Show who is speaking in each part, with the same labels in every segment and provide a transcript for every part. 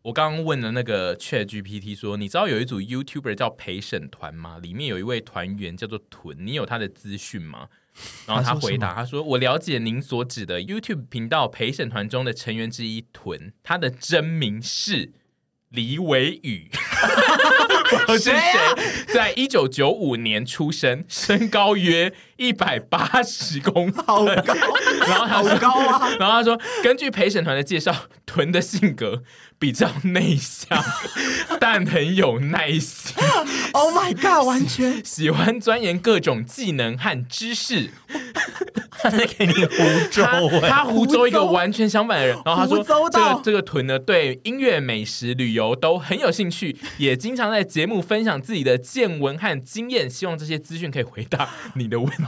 Speaker 1: 我刚刚问了那个 Chat GPT 说，你知道有一组 YouTuber 叫陪审团吗？里面有一位团员叫做屯，你有他的资讯吗？然后他
Speaker 2: 他说什么
Speaker 1: 回答，他说：“我了解您所指的 YouTube 频道陪审团中的成员之一屯，他的真名是李伟 宇。”不知谁，在一九九五年出生，身高约一百八十公分，
Speaker 2: 好高，
Speaker 1: 然后他
Speaker 2: 好
Speaker 1: 说
Speaker 2: 高啊！
Speaker 1: 然后他说，根据陪审团的介绍，豚的性格比较内向， 但很有耐心，
Speaker 2: Oh my god！完全
Speaker 1: 喜欢钻研各种技能和知识。
Speaker 3: 他在给你胡诌
Speaker 1: 他
Speaker 3: 欸
Speaker 1: 他湖州一个
Speaker 2: 胡诌
Speaker 1: 完全相反的人，然后他说
Speaker 2: 胡诌
Speaker 1: 这
Speaker 2: 到
Speaker 1: 个这个豚呢对音乐、美食、旅游都很有兴趣，也经常在节目分享自己的见闻和经验，希望这些资讯可以回答你的问题。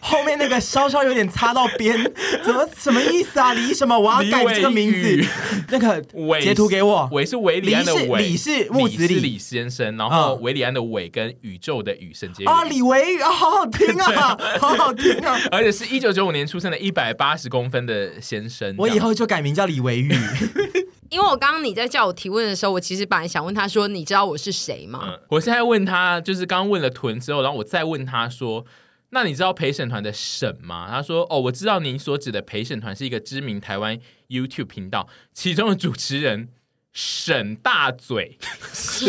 Speaker 2: 后面那个稍稍有点擦到边，怎么什么意思啊？李什么？我
Speaker 1: 李
Speaker 2: 要改这个
Speaker 1: 伟
Speaker 2: 名
Speaker 1: 宇
Speaker 2: 字。那个
Speaker 1: 伟
Speaker 2: 截图给我。
Speaker 1: 伟是韦礼安的韦，
Speaker 2: 李是李是木子
Speaker 1: 李
Speaker 2: 李
Speaker 1: 是李先生，然后
Speaker 2: 嗯
Speaker 1: 韦礼安的韦跟宇宙的宇沈杰宇
Speaker 2: 啊，李维宇啊，好好听啊，好好听啊！
Speaker 1: 而且是一九九五年出生的一百八十公分的先生。
Speaker 2: 我以
Speaker 1: 这样
Speaker 2: 后就改名叫李维宇。
Speaker 4: 因为我刚刚你在叫我提问的时候，我其实本来想问他说：“你知道我是谁吗
Speaker 1: 嗯，我现在问他，就是刚刚问了屯之后，然后我再问他说。那你知道陪审团的审吗？他说：“哦，我知道您所指的陪审团是一个知名台湾 YouTube 频道，其中的主持人沈大嘴 是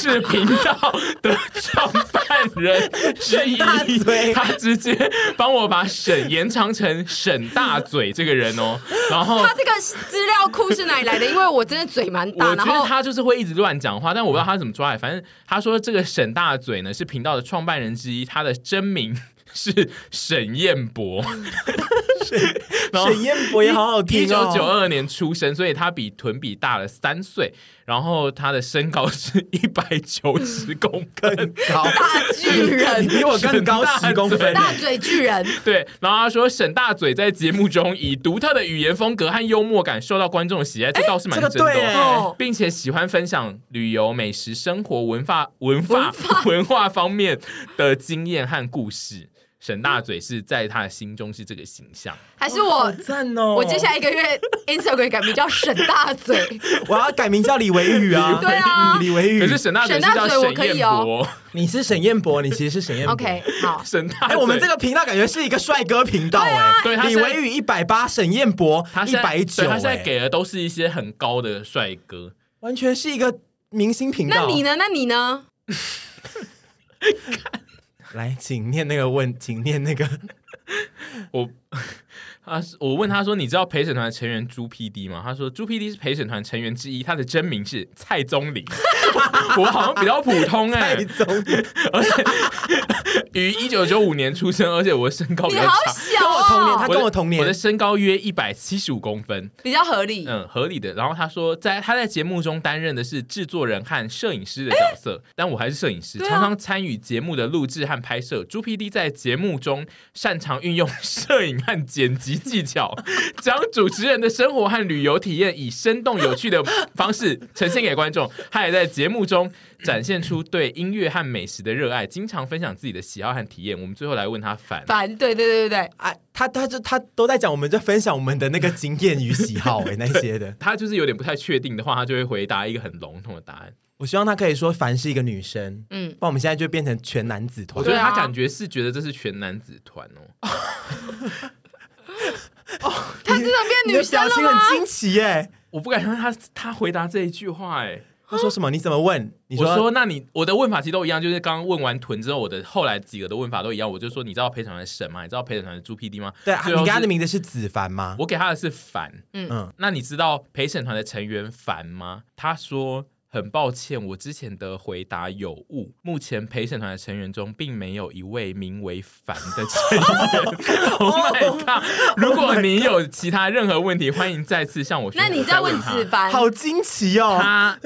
Speaker 1: 是频道的创办 人之一。
Speaker 2: 大 嘴
Speaker 1: 他直接帮我把沈延长成沈大嘴这个人哦。然后
Speaker 4: 他这个资料库是哪里来的？因为我真的嘴蛮大，
Speaker 1: 我
Speaker 4: 然
Speaker 1: 觉得
Speaker 4: 后
Speaker 1: 他就是会一直乱讲话，但我不知道他怎么抓来。反正他说这个沈大嘴呢是频道的创办人之一，他的真名是沈彦 博，然后
Speaker 2: 沈彦博哦也好好
Speaker 1: 一
Speaker 2: 听
Speaker 1: 九九
Speaker 2: 哦。
Speaker 1: 二年出生，所以他比屯比大了三岁。然后他的身高是一百九十公分，
Speaker 2: 好，
Speaker 4: 大巨人，
Speaker 2: 比我更高
Speaker 1: 沈大
Speaker 2: 十公分。欸
Speaker 4: 大嘴巨人，
Speaker 1: 对。然后他说沈大嘴在节目中以独特的语言风格和幽默感受到观众的喜爱，这倒是蛮
Speaker 2: 哎这个
Speaker 1: 真的哦、
Speaker 2: 对耶
Speaker 4: 哦，
Speaker 1: 并且喜欢分享旅游、美食、生活、文化、文化、 文化方面的经验和故事。沈大嘴是在他的心中是这个形象，
Speaker 4: 还是我
Speaker 2: 好赞哦！
Speaker 4: 我接下来一个月 Instagram 改名叫沈大 嘴，
Speaker 2: 我要改名叫李维宇啊！
Speaker 4: 对啊
Speaker 2: 李维
Speaker 1: 可
Speaker 2: 宇
Speaker 1: 是。沈大嘴是叫
Speaker 4: 沈大嘴我可
Speaker 1: 沈
Speaker 4: 以哦
Speaker 1: 彦博。
Speaker 2: 你是沈彦博，你其实是沈彦博。
Speaker 4: OK，好，
Speaker 1: 沈大
Speaker 2: 哎、
Speaker 1: 嘴，
Speaker 2: 我们这个频道感觉是一个帅哥频道哎、
Speaker 4: 啊
Speaker 1: 对他
Speaker 2: 李
Speaker 1: 现在
Speaker 2: 维宇一百八，沈彦博
Speaker 1: 他
Speaker 2: 一
Speaker 1: 现在
Speaker 2: 百九，
Speaker 1: 对他现在
Speaker 2: 哎
Speaker 1: 给的都是一些很高的帅哥。
Speaker 2: 完全是一个明星频
Speaker 4: 那
Speaker 2: 道。
Speaker 4: 你？呢？那你呢？
Speaker 2: 来，请念那个问，请念 那个。
Speaker 1: 我他是我问他说：“你知道陪审团的成员朱 PD 吗？”他说：“朱 PD 是陪审团成员之一，他的真名是蔡宗林。” 我好像比较普通哎、
Speaker 2: 太宗，
Speaker 1: 于一九九五年出生，而且我的身高比
Speaker 4: 你
Speaker 1: 较
Speaker 4: 好
Speaker 1: 长。
Speaker 4: 小
Speaker 2: 我童年，他
Speaker 4: 哦，
Speaker 2: 跟
Speaker 1: 的
Speaker 2: 我同
Speaker 1: 我的
Speaker 2: 年。
Speaker 1: 身高约一百七十五公分，
Speaker 4: 比较合理。
Speaker 1: 嗯，合理的。然后他说，在他在节目中担任的是制作人和摄影师的角色，但我还是摄影师，
Speaker 4: 对啊
Speaker 1: 常常参与节目的录制和拍摄。朱 PD 在节目中擅长运用 摄影和剪辑技巧，将主持人的生活和旅游体验以生动有趣的方式呈现给观众。他也在节目中展现出对音乐和美食的热爱，经常分享自己的喜好和体验。我们最后来问他反
Speaker 4: 反对对对对
Speaker 2: 啊，他他就他都在讲，我们在分享我们的那个经验与喜好 哎、那些的。
Speaker 1: 他就是有点不太确定的话，他就会回答一个很笼统的答案。
Speaker 2: 我希望他可以说，凡是一个女生，
Speaker 4: 嗯，
Speaker 2: 不然我们现在就变成全男子
Speaker 1: 我
Speaker 2: 团
Speaker 1: 觉。得
Speaker 4: 对啊
Speaker 1: 他感觉是觉得这是全男子团哦，
Speaker 4: 对，他真的
Speaker 2: 你
Speaker 4: 变
Speaker 2: 的
Speaker 4: 女生
Speaker 2: 表
Speaker 4: 了
Speaker 2: 情
Speaker 4: 吗？
Speaker 2: 很惊奇哎、
Speaker 1: 我不敢让他他回答这一句话哎。
Speaker 2: 他说什么？你怎么问？你
Speaker 1: 我说，那你我的问法其实都一样，就是刚刚问完屯之后，我的后来几个的问法都一样。我就说，你知道陪审团是神吗？你知道陪审团是猪 PD 吗？
Speaker 2: 对，啊
Speaker 1: 最
Speaker 2: 你
Speaker 1: 后
Speaker 2: 刚刚
Speaker 1: 是
Speaker 2: 的名字是子凡吗？
Speaker 1: 我给他的是凡。
Speaker 2: 嗯，
Speaker 1: 那你知道陪审团的成员凡吗？他说。很抱歉，我之前的回答有误。目前陪审团的成员中，并没有一位名为凡的成 员。oh my god！如果你有其他任何问题，欢迎再次向我询
Speaker 4: 那
Speaker 1: 问。
Speaker 4: 你
Speaker 1: 再
Speaker 4: 在问
Speaker 1: 他
Speaker 4: 子凡？
Speaker 2: 好惊奇哦！
Speaker 1: 他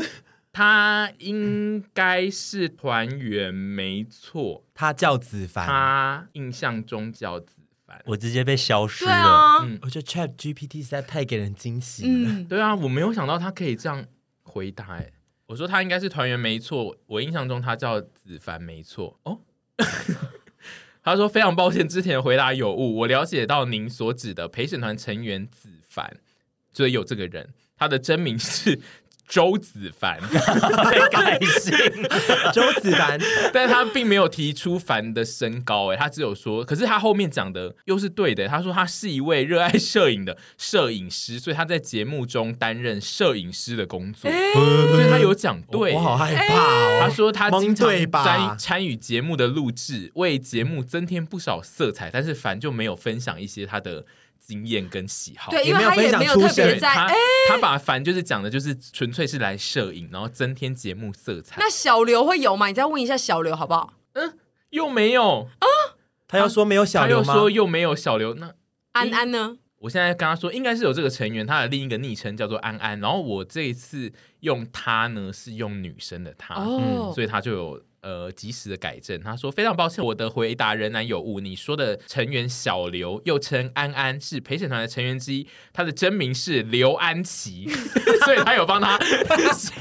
Speaker 1: 他应该是团员没错，
Speaker 2: 他叫子凡，
Speaker 1: 他印象中叫子凡。
Speaker 3: 我直接被消失
Speaker 4: 对
Speaker 3: 了。
Speaker 4: 啊，
Speaker 2: 我觉得 Chat GPT 实在太给人惊喜了。
Speaker 4: 嗯，
Speaker 1: 对啊，我没有想到他可以这样回答、欸。我说他应该是团员没错，我印象中他叫子凡没错。哦， 他说非常抱歉，之前回答有误，我了解到您所指的陪审团成员子凡，所以有这个人，他的真名是 周子凡，
Speaker 3: 被改姓，
Speaker 2: 周子凡，
Speaker 1: 但他并没有提出凡的身高、哎，他只有说，可是他后面讲的又是对的、他说他是一位热爱摄影的摄影师，所以他在节目中担任摄影师的工作，
Speaker 4: 嗯
Speaker 1: 所以他有讲对、
Speaker 2: 我好害怕
Speaker 1: 他
Speaker 2: 哦。
Speaker 1: 说他经
Speaker 2: 蒙对
Speaker 1: 常
Speaker 2: 吧
Speaker 1: 参参与节目的录制，为节目增添不少色彩，但是凡就没有分享一些他的经验跟喜好。
Speaker 4: 对，因
Speaker 2: 也
Speaker 4: 为
Speaker 2: 没有
Speaker 4: 他也
Speaker 2: 分享
Speaker 4: 没有
Speaker 2: 出
Speaker 4: 特
Speaker 2: 身
Speaker 4: 别
Speaker 1: 对
Speaker 4: 在
Speaker 1: 他
Speaker 4: 哎，
Speaker 1: 他把凡就是讲的，就是纯粹是来摄影，然后增添节目色彩，
Speaker 4: 那小刘会有吗？你再问一下小刘好不好？
Speaker 1: 又没有，
Speaker 2: 他又说没有小
Speaker 1: 他又
Speaker 2: 刘吗？
Speaker 1: 说又没有小刘，那
Speaker 4: 安安呢？
Speaker 1: 我现在跟他说，应该是有这个成员，他的另一个昵称叫做安安，然后我这一次用他呢是用女生的他，
Speaker 4: 哦
Speaker 1: 嗯啊所以他就有呃及时的改正，他说非常抱歉，我的回答仍然有误，你说的成员小刘，又称安安，是陪审团的成员之一，他的真名是刘安琪， 所以他有帮他 姓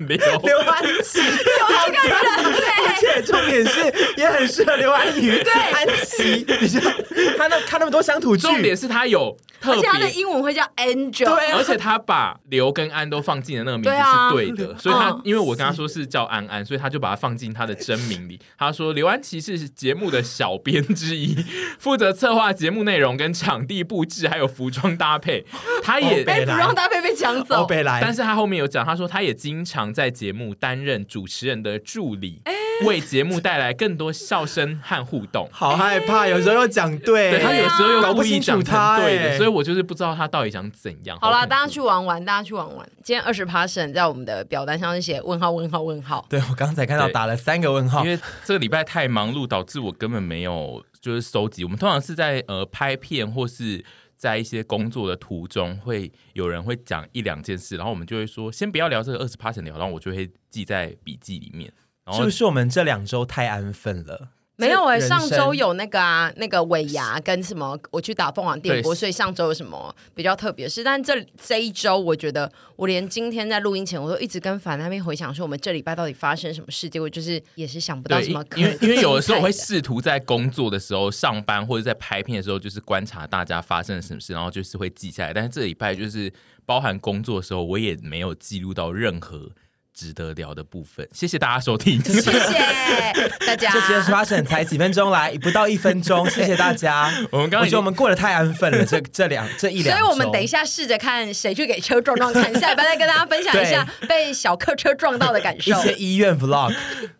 Speaker 1: 刘。
Speaker 2: 刘安琪，
Speaker 4: 有这个 人欸
Speaker 2: 而
Speaker 4: 嘞，
Speaker 2: 且重点是也很适合刘安宇，对安琪，你知道他那看那么多乡土剧，
Speaker 1: 重点是他有
Speaker 4: 而
Speaker 1: 特
Speaker 4: 且他的
Speaker 1: 别
Speaker 4: 英文会叫 Angel，
Speaker 2: 对啊
Speaker 1: 而且他把刘跟安都放进了那个名字
Speaker 4: 对啊
Speaker 1: 是对的，所以
Speaker 4: 嗯
Speaker 2: 哦
Speaker 1: 他因为我跟他说是叫安安，所以他就把它放进他的真名里。他说刘安琪是节目的小编之一， 负责策划节目内容跟场地布置，还有服装搭配。他也
Speaker 2: 哦被
Speaker 4: 哎，不让他被被抢
Speaker 2: 欧
Speaker 4: 走。
Speaker 2: 哦北来，
Speaker 1: 但是他后面有讲，他说他也经常在节目担任主持人的助理，
Speaker 2: 哎
Speaker 1: 为节目带来更多笑声和互动。
Speaker 2: 好害怕，有时候又讲对，
Speaker 1: 对他啊有时候又
Speaker 2: 哎搞不
Speaker 1: 故意
Speaker 2: 清
Speaker 1: 讲
Speaker 2: 楚
Speaker 1: 成
Speaker 2: 他
Speaker 1: 对的，
Speaker 2: 哎
Speaker 1: 所以我就是不知道他到底想怎样。
Speaker 4: 好啦，
Speaker 1: 恐怖
Speaker 4: 大家去玩玩，大家去玩玩。今天二十 p a s s o n 在我们的表单上是写问号问号问号。
Speaker 2: 对我刚才看到
Speaker 1: 对
Speaker 2: 打了三个问号
Speaker 5: 因，为这个礼拜太忙碌，导致我根本没有就是收集。我们通常是在呃拍片或是在一些工作的途中，会有人会讲一两件事，然后我们就会说先不要聊这个二十 p a s 聊，然后我就会记在笔记里面。然
Speaker 2: 是
Speaker 5: 后
Speaker 2: 不是我们这两周太安分了？
Speaker 4: 没有哎、
Speaker 2: 人
Speaker 4: 上
Speaker 2: 生
Speaker 4: 周有那个啊，那个尾牙跟什么，我去打凤凰电波，
Speaker 1: 对
Speaker 4: 所以上周有什么比较特别事？但这这一周，我觉得我连今天在录音前，我都一直跟凡那边回想说，我们这礼拜到底发生什么事？结果就是也是想不到
Speaker 1: 对，
Speaker 4: 什么可
Speaker 1: 因为因 为有的时候我会
Speaker 4: 精彩
Speaker 1: 试图在工作的时候、上班或者在拍片的时候，就是观察大家发生了什么事，然后就是会记下来。但是这礼拜就是包含工作的时候，我也没有记录到任何值得聊的部分。谢谢大家收听，
Speaker 4: 谢谢大
Speaker 2: 这。
Speaker 4: 家
Speaker 1: 啊
Speaker 2: 集的十八省才几分钟来，不到一分 钟，谢谢大家。
Speaker 1: 我们刚刚
Speaker 2: 我
Speaker 1: 已
Speaker 2: 觉得
Speaker 1: 经
Speaker 2: 我们过得太安分了， 这这两这一
Speaker 4: 所
Speaker 2: 两，
Speaker 4: 以我们等一。下试着看谁去给车撞撞看，下礼拜再跟大家分享一 下被小客车撞到的感
Speaker 2: 一
Speaker 4: 受。
Speaker 2: 些医院 vlog，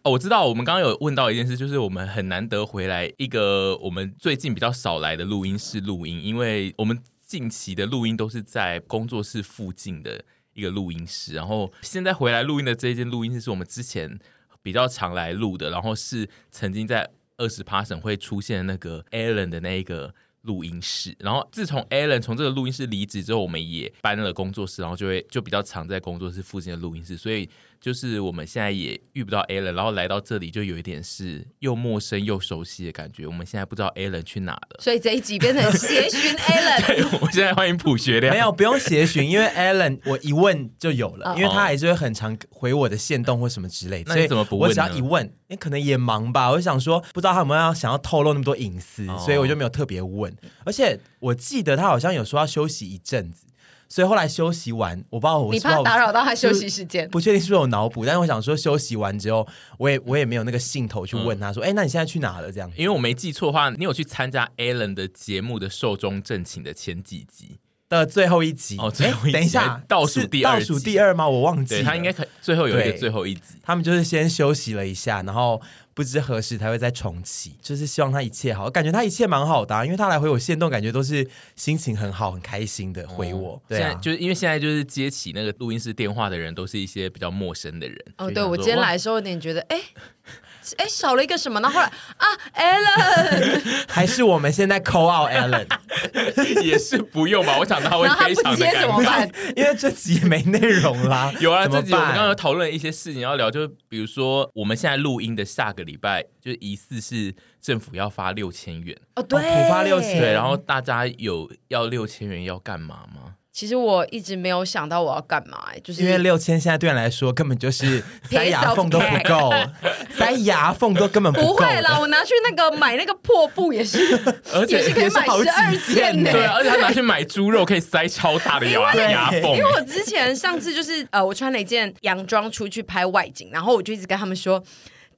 Speaker 1: 哦，我知道，我们刚刚有问到一件事，就是我们很难得回来一个我们最近比较少来的录音室录音，因为我们近期的录音都是在工作室附近的一个录音室，然后现在回来录音的这一间录音室是我们之前比较常来录的，然后是曾经在二十 p a s s 会出现那个 Alan 的那一个。录音室，然后自从 Alan 从这个录音室离职之后，我们也搬了工作室，然后就会就比较常在工作室附近的录音室，所以就是我们现在也遇不到 Alan，然后来到这里就有一点是又陌生又熟悉的感觉。我们现在不知道 Alan 去哪了。
Speaker 4: 所以这一集变成协寻 Alan，
Speaker 1: 我们现在欢迎朴学亮，
Speaker 2: 没有不用协寻，因为 Alan 我一问就有了，
Speaker 4: 哦
Speaker 2: 因为他还是会很常回我的线动或什么之类的，
Speaker 1: 那
Speaker 2: 所
Speaker 1: 你
Speaker 2: 以
Speaker 1: 怎么不
Speaker 2: 我
Speaker 1: 问
Speaker 2: 只要
Speaker 1: 呢
Speaker 2: 一问，你可能也忙吧，我就想说不知道他有没有要想要透露那么多隐私，
Speaker 1: 哦
Speaker 2: 所以我就没有特别问。而且我记得他好像有说要休息一阵子，所以后来休息完，我不知道我
Speaker 4: 你
Speaker 2: 是不知道
Speaker 4: 怕
Speaker 2: 我
Speaker 4: 打扰到他休息时间。
Speaker 2: 不确定是不是我脑补，但是我想说休息完之后，我也我也没有那个兴头去问他说，哎、那你现在去哪了？这样
Speaker 1: 因为我没记错的话，你有去参加 Alan 的节目的寿终正寝的前几集，
Speaker 2: 的最后一集，
Speaker 1: 哦最后一集
Speaker 2: 诶等一下
Speaker 1: 还，倒数
Speaker 2: 是
Speaker 1: 第
Speaker 2: 倒
Speaker 1: 二
Speaker 2: 数
Speaker 1: 集
Speaker 2: 第二吗？我忘记
Speaker 1: 对
Speaker 2: 了，
Speaker 1: 他应该可最后有一个
Speaker 2: 对
Speaker 1: 最后一集。
Speaker 2: 他们就是先休息了一下，然后不知何时才会再重启，就是希望他一切好。感觉他一切蛮好的、啊，因为他来回我线动，感觉都是心情很好、很开心的回我。对
Speaker 1: 现在
Speaker 2: 啊，
Speaker 1: 就是因为现在就是接起那个录音室电话的人都是一些比较陌生的人。
Speaker 4: 哦，
Speaker 1: 所以
Speaker 4: 对
Speaker 1: 想
Speaker 4: 我
Speaker 1: 说
Speaker 4: 今天
Speaker 1: 哇
Speaker 4: 来的时候有点觉得，哎、哎、少了一个什么，然后后来啊，Alan，
Speaker 2: 啊还是我们现在 call out Alan，
Speaker 1: 也是不用吧，我想他会
Speaker 4: 然后他
Speaker 1: 非常
Speaker 4: 不
Speaker 1: 的
Speaker 4: 接
Speaker 1: 尴
Speaker 4: 怎么
Speaker 1: 尬。
Speaker 4: 办？
Speaker 2: 因为这集没内容啦。
Speaker 1: 有啊，
Speaker 2: 怎么
Speaker 1: 这集我们
Speaker 2: 办
Speaker 1: 刚刚有讨论一些事情要聊，就比如说我们现在录音的下个礼拜，就是疑似是政府要发六千元，
Speaker 4: 哦，对，
Speaker 2: 浦发六千
Speaker 1: 对，然后大家有要六千元要干嘛吗？
Speaker 4: 其实我一直没有想到我要干嘛、欸就是
Speaker 2: 因为六千现在对你来说根本就是 塞牙缝都不
Speaker 4: Piece
Speaker 2: 够， 塞牙缝都根本
Speaker 4: 不
Speaker 2: 够
Speaker 4: 会啦，
Speaker 2: 的。
Speaker 4: 我拿去那个买那个破布 也是，
Speaker 1: 而且
Speaker 4: 也是可以
Speaker 2: 也是
Speaker 4: 买
Speaker 2: 好
Speaker 4: 十
Speaker 2: 几
Speaker 4: 二
Speaker 2: 件
Speaker 4: 件呢、
Speaker 2: 呢
Speaker 1: 对 啊，而且他拿去买猪肉可以塞超大的牙牙缝
Speaker 2: 哦
Speaker 4: 因，为我之前上次就是呃，我穿了一件洋装出去拍外景，然后我就一直跟他们说。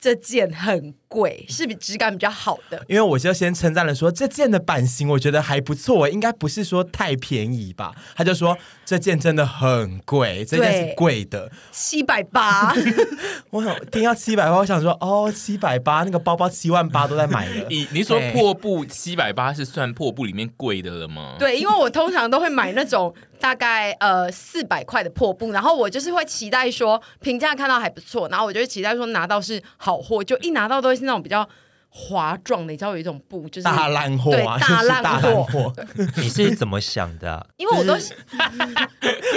Speaker 4: 这件很贵，是比质感比较好的。
Speaker 2: 因为我就先称赞了说这件的版型我觉得还不错，应该不是说太便宜吧？他就说这件真的很贵，这件
Speaker 4: 对
Speaker 2: 是贵的。
Speaker 4: 七百八，
Speaker 2: 我想听到七百八，我想说哦，七百八那个包包七万八都在买了。
Speaker 1: 你你说
Speaker 2: 对
Speaker 1: 破布七百八是算破布里面贵的了吗？，
Speaker 4: 对，因为我通常都会买那种大概呃四百块的破布，然后我就是会期待说评价看到还不错，然后我就会期待说拿到是好货，就一拿到都会是那种比较滑状的，你知道有一种布就是
Speaker 2: 大烂货啊，
Speaker 4: 对大
Speaker 2: 就是
Speaker 4: 烂
Speaker 2: 大烂
Speaker 4: 货
Speaker 2: 货，
Speaker 3: 你是怎么想的 啊、
Speaker 4: 因为我都
Speaker 3: 就是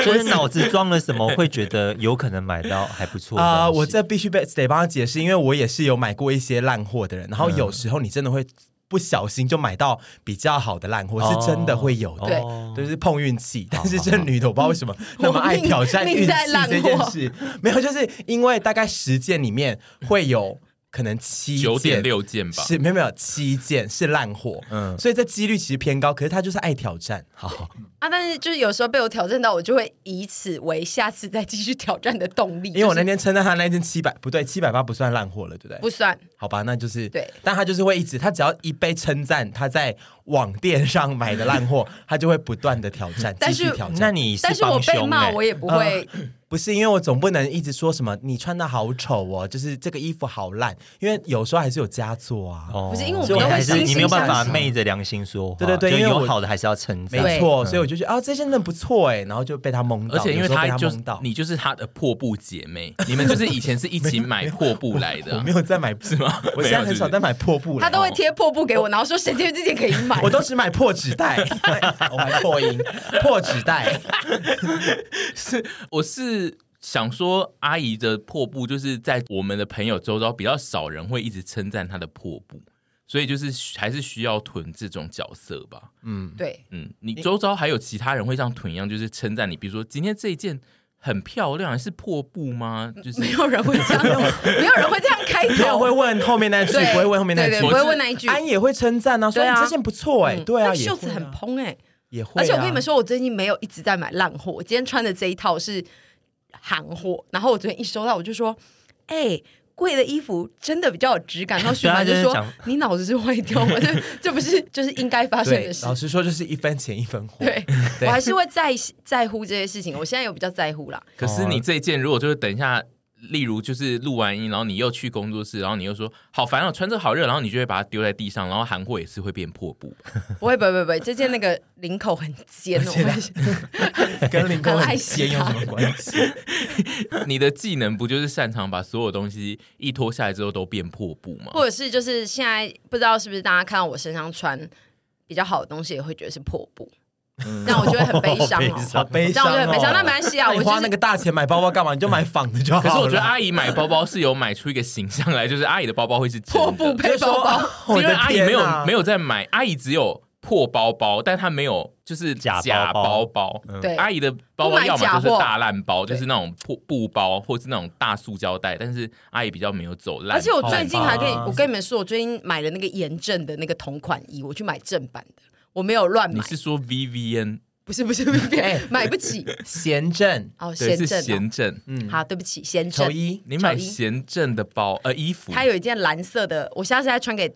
Speaker 3: 就是脑子装了什么，会觉得有可能买到还不错的
Speaker 2: 啊、
Speaker 3: 东西
Speaker 2: 我这必须被得帮他解释，因为我也是有买过一些烂货的人，然后有时候你真的会不小心就买到比较好的烂货，是真的会有的。
Speaker 4: 对
Speaker 3: 哦
Speaker 2: 就是碰运气，但是这女的我不知道为什么那么爱
Speaker 4: 我命
Speaker 2: 挑战
Speaker 4: 命
Speaker 2: 运气
Speaker 4: 在烂
Speaker 2: 这件
Speaker 4: 货
Speaker 2: 事，没有，就是因为大概十件里面会有可能七
Speaker 1: 九点
Speaker 2: 件
Speaker 1: 六件吧。
Speaker 2: 是没有没有七件是烂货，嗯，
Speaker 3: 嗯
Speaker 2: 所以这几率其实偏高，可是她就是爱挑战，
Speaker 3: 好，
Speaker 4: 啊，但是就是有时候被我挑战到，我就会以此为下次再继续挑战的动力。
Speaker 2: 因为我那
Speaker 4: 就是
Speaker 2: 天称赞她那件七百不对，七百八不算烂货了，对不对？
Speaker 4: 不算，
Speaker 2: 好吧，那就是
Speaker 4: 对，
Speaker 2: 但他就是会一直，他只要一被称赞他在网店上买的烂货，他就会不断的挑战，
Speaker 4: 但
Speaker 2: 继
Speaker 4: 是
Speaker 2: 续挑
Speaker 3: 那
Speaker 2: 战。
Speaker 3: 你是
Speaker 4: 但是我
Speaker 3: 帮
Speaker 4: 被
Speaker 3: 凶
Speaker 4: 骂
Speaker 3: 哎、
Speaker 4: 我也不会，
Speaker 2: 不是因为我总不能一直说什么你穿的好丑哦，就是这个衣服好烂，因为有时候还是有佳作啊。
Speaker 3: 哦
Speaker 4: 不是因为我们
Speaker 3: 所以
Speaker 2: 都会
Speaker 3: 还是
Speaker 2: 惺惺
Speaker 3: 你没有办
Speaker 2: 相
Speaker 3: 法
Speaker 2: 惜
Speaker 3: 昧着良心说话，
Speaker 2: 对对对
Speaker 3: 就
Speaker 2: 因为我
Speaker 3: 有好的还是要称赞，
Speaker 2: 没错，
Speaker 3: 嗯
Speaker 2: 所以我就觉得啊，这件真的不错哎，然后就被他蒙 到，
Speaker 1: 而且因为
Speaker 2: 有时候
Speaker 1: 她
Speaker 2: 被他
Speaker 1: 就是
Speaker 2: 蒙到，
Speaker 1: 你就是她的破布姐妹，你们就是以前是一起买破布来的
Speaker 2: 我
Speaker 1: 啊
Speaker 2: 没，有在买是
Speaker 1: 吗
Speaker 2: 我现在很少在买破布了，
Speaker 4: 他都会贴破布给我，然后说谁贴这件可以买
Speaker 2: 我。都只买破纸袋，我买破音破纸袋，
Speaker 1: 我是想说，阿姨的破布就是在我们的朋友周遭比较少人会一直称赞她的破布，所以就是还是需要囤这种角色吧。
Speaker 2: 嗯，
Speaker 4: 对，
Speaker 1: 嗯，你周遭还有其他人会像囤一样，就是称赞你，比如说今天这一件很漂亮，是破布吗？就是
Speaker 4: 没有人会这 样，没有人会这样开
Speaker 2: 没有
Speaker 4: 头，
Speaker 2: 会问后面那句，
Speaker 4: 对，
Speaker 2: 不会问后面那
Speaker 4: 对
Speaker 2: 句
Speaker 4: 对，不，会问那一句。
Speaker 2: 安也会称赞啊，说
Speaker 4: 对啊
Speaker 2: 你这件不错哎、
Speaker 4: 嗯
Speaker 2: 对啊，
Speaker 4: 那
Speaker 2: 也
Speaker 4: 袖子
Speaker 2: 会啊
Speaker 4: 很蓬哎，
Speaker 2: 也会、啊。
Speaker 4: 而且我跟你们，说，我最近没有一直在买烂货，我今天穿的这一套是韩货，然后我昨天一收到我就说，哎。贵的衣服真的比较有质感，然后徐
Speaker 3: 对啊
Speaker 4: 凡就
Speaker 3: 就是
Speaker 4: 说
Speaker 3: 讲：“
Speaker 4: 你脑子是坏掉吗？这 这不是就是应该发生
Speaker 2: 对
Speaker 4: 的，事
Speaker 2: 老实说就是一分钱一分货。
Speaker 4: 对，我还是会在在乎这些事情。我现在有比较在乎啦，
Speaker 1: 可是你这一件，如果就是等一下，例如就是录完音，然后你又去工作室，然后你又说好烦哦，穿着好热，然后你就会把它丢在地上，然后韩货也是会变破布。
Speaker 4: 不会，不会，不会，这件那个领口很 尖，我会
Speaker 2: 跟林工
Speaker 4: 很爱
Speaker 2: 很
Speaker 4: 惜
Speaker 2: 尖
Speaker 4: 它
Speaker 2: 有什么关 系？
Speaker 1: 你的技能不就是擅长把所有东西一脱下来之后都变破布吗？
Speaker 4: 或者是就是现在不知道是不是大家看到我身上穿比较好的东西，也会觉得是破布，
Speaker 1: 嗯
Speaker 4: 那我就会很悲伤
Speaker 3: 好悲
Speaker 4: 哦。
Speaker 2: 好悲
Speaker 4: 这
Speaker 2: 伤、
Speaker 4: 样
Speaker 2: 哦。
Speaker 4: 我就很悲伤，那没关系啊，
Speaker 2: 那
Speaker 4: 我
Speaker 2: 你
Speaker 4: 就
Speaker 2: 花那
Speaker 4: 是
Speaker 2: 个大钱买包包干嘛？你就买仿的就好
Speaker 1: 可
Speaker 2: 了。
Speaker 1: 是我觉得阿姨买包包是有买出一个形象来，就是阿姨的包包会是真的
Speaker 4: 破布配包包。
Speaker 2: 我
Speaker 1: 因
Speaker 2: 的
Speaker 1: 为阿姨
Speaker 2: 天
Speaker 1: 没
Speaker 2: 哪
Speaker 1: 有没有在买，阿姨只有破包包，但她没有就是
Speaker 3: 假
Speaker 1: 假
Speaker 3: 包嗯
Speaker 1: 包包。
Speaker 4: 对
Speaker 1: 阿姨的包包
Speaker 4: 不买
Speaker 1: 要么就
Speaker 4: 假货
Speaker 1: 是大烂包，
Speaker 4: 对
Speaker 1: 就是那种破布包，或是那种大塑胶袋，但是阿姨比较没有走烂。
Speaker 4: 而且我最近还可以
Speaker 2: 好吧，
Speaker 4: 我跟你们说，我最近买了那个严正的那个同款衣，我去买正版的，我没有乱
Speaker 1: 你
Speaker 4: 买，
Speaker 1: 是说 VVN
Speaker 4: 不是不是不是，买 不起
Speaker 2: 贤正，
Speaker 4: 哦，
Speaker 1: 对
Speaker 4: 贤
Speaker 1: 是
Speaker 4: 正
Speaker 1: 贤正，
Speaker 4: 哦，好，对不起，贤正
Speaker 2: 球，衣，
Speaker 1: 你买
Speaker 4: 小一
Speaker 1: 贤正的包呃衣服，
Speaker 4: 它有一件蓝色的，我下次再穿给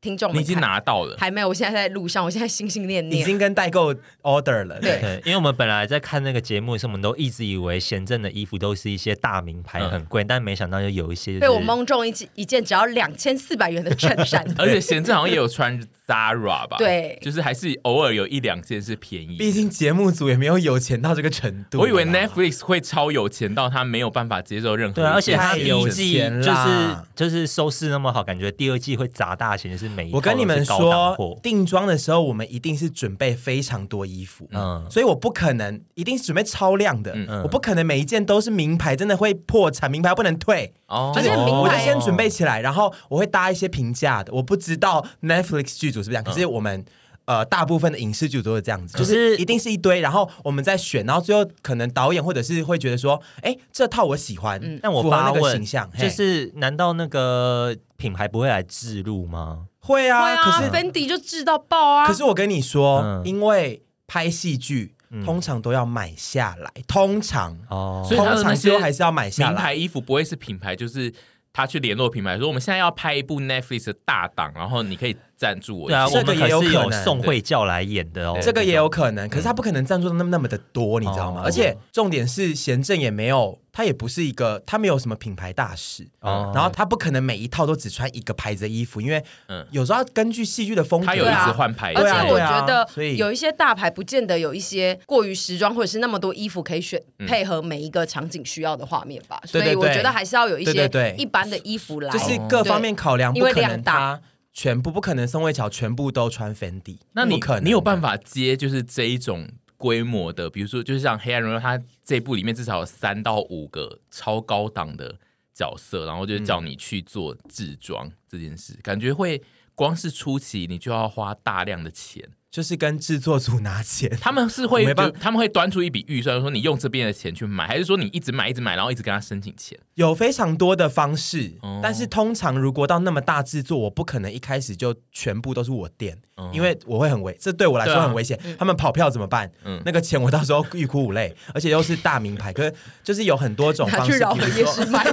Speaker 4: 听众们
Speaker 1: 你
Speaker 4: 看。
Speaker 1: 已经拿到了。
Speaker 4: 还没有，我现在在路上，我现在心心念
Speaker 2: 已
Speaker 4: 念。
Speaker 2: 经跟代购 order 了。
Speaker 4: 啊对
Speaker 3: 对，因为我们本来在看那个节目的时候，我们都一直以为贤正的衣服都是一些大名牌，
Speaker 1: 嗯
Speaker 3: 很贵，但没想到就有一些、就是、
Speaker 4: 被我蒙中一件一件只要两千四百元的衬 衫，
Speaker 1: 而且贤正好像也有穿 Zara 吧，
Speaker 4: 对
Speaker 1: 就是还是偶尔有一两件是便宜的。
Speaker 2: 毕竟节目组也没有有钱到这个程度啦。
Speaker 1: 我以为 Netflix 会超有钱到他没有办法接受任何
Speaker 3: 对啊，而且他
Speaker 2: 太
Speaker 3: 第
Speaker 2: 有
Speaker 3: 一季
Speaker 2: 钱
Speaker 3: 就
Speaker 2: 啦
Speaker 3: 是就是收视那么好，感觉第二季会砸大钱，就是每一
Speaker 2: 我跟你们
Speaker 3: 套都是高档
Speaker 2: 说
Speaker 3: 货，
Speaker 2: 定妆的时候，我们一定是准备非常多衣服，嗯
Speaker 3: 嗯，
Speaker 2: 所以我不可能一定是准备超量的，
Speaker 1: 嗯
Speaker 2: 我不可能每一件都是名牌，真的会破产，名牌不能退。
Speaker 1: 哦
Speaker 4: 而且名牌
Speaker 2: 我就先准备起来，然后我会搭一些平价的。我不知道 Netflix 剧组是不是这样，可是我们。呃大部分的影视剧组都是这样子，
Speaker 3: 嗯可
Speaker 2: 就
Speaker 3: 是
Speaker 2: 是一定是一堆，然后我们再选，然后最后可能导演或者是会觉得说，哎，这套我喜欢，
Speaker 3: 但嗯我
Speaker 2: 嗯符合
Speaker 3: 发
Speaker 2: 那个
Speaker 3: 问，
Speaker 2: 形象，嘿
Speaker 3: 就是难道那个品牌不会来置入吗？
Speaker 2: 会
Speaker 4: 对
Speaker 2: 啊，可
Speaker 4: 啊
Speaker 2: 是
Speaker 4: ，Fendi 就治到爆啊！
Speaker 2: 可是我跟你说，
Speaker 3: 嗯
Speaker 2: 因为拍戏剧
Speaker 3: 嗯
Speaker 2: 通常都要买下来，通常。
Speaker 3: 哦，
Speaker 1: 所以他的
Speaker 2: 通
Speaker 1: 那
Speaker 2: 常
Speaker 1: 些
Speaker 2: 最后还是要买下
Speaker 1: 名
Speaker 2: 来，
Speaker 1: 牌衣服不会是品牌，就是他去联络品牌说，我们现在要拍一部 Netflix 的大档，然后你可以赞助我一
Speaker 3: 对
Speaker 1: 下。
Speaker 3: 啊，
Speaker 2: 这个
Speaker 3: 我们
Speaker 2: 也有
Speaker 3: 是
Speaker 2: 可
Speaker 3: 有
Speaker 2: 能
Speaker 3: 宋慧教来演的哦，
Speaker 2: 这个也有可能，可是他不可能赞助那么那么的多，你知道吗？
Speaker 3: 哦
Speaker 2: 而且重点是贤正也没有，他也不是一个，他没有什么品牌大使，
Speaker 3: 哦
Speaker 2: 然后他不可能每一套都只穿一个牌子的衣服，因为
Speaker 1: 嗯
Speaker 2: 有时候要根据戏剧的风格，
Speaker 1: 他有一
Speaker 4: 对啊
Speaker 1: 直换牌
Speaker 4: 而
Speaker 1: 子，
Speaker 2: 对啊
Speaker 4: 且我
Speaker 2: 对啊
Speaker 4: 觉得
Speaker 2: 所以
Speaker 4: 有一些大牌不见得有一些过于时装或者是那么多衣服可以选配合每一个场景需要的画面吧，
Speaker 2: 对
Speaker 4: 所
Speaker 2: 对对
Speaker 4: 以我觉得还是要有一
Speaker 2: 对对
Speaker 4: 些
Speaker 2: 对
Speaker 4: 一般的衣服来。
Speaker 2: 就是各方面考量，
Speaker 4: 对
Speaker 2: 不可
Speaker 4: 因为
Speaker 2: 能
Speaker 4: 量大
Speaker 2: 他全部不可能宋慧乔全部都穿 Fendi，
Speaker 1: 那你
Speaker 2: 不可能，
Speaker 1: 你有办法接就是这一种规模的，比如说就是像《黑暗荣耀》，它这一部里面至少有三到五个超高档的角色，然后就叫你去做制装这件事，感觉会光是初期你就要花大量的钱。
Speaker 2: 就是跟制作组拿钱，
Speaker 1: 他们是会
Speaker 2: 没办
Speaker 1: 就他们会端出一笔预算，说你用这边的钱去买，还是说你一直买一直买，然后一直跟他申请钱？
Speaker 2: 有非常多的方式，
Speaker 1: 哦
Speaker 2: 但是通常如果到那么大制作，我不可能一开始就全部都是我垫，因为我会很危，这对我来
Speaker 1: 嗯
Speaker 2: 说
Speaker 1: 对啊
Speaker 2: 很危险。他们跑票怎么办？
Speaker 1: 嗯
Speaker 2: 那个钱我到时候欲哭无泪，而且又是大名牌，可是就是有很多种
Speaker 4: 拿
Speaker 2: 方
Speaker 4: 去
Speaker 2: 式，
Speaker 4: 饶
Speaker 2: 比
Speaker 4: 河
Speaker 2: 如
Speaker 4: 夜
Speaker 2: 说
Speaker 4: 市 卖，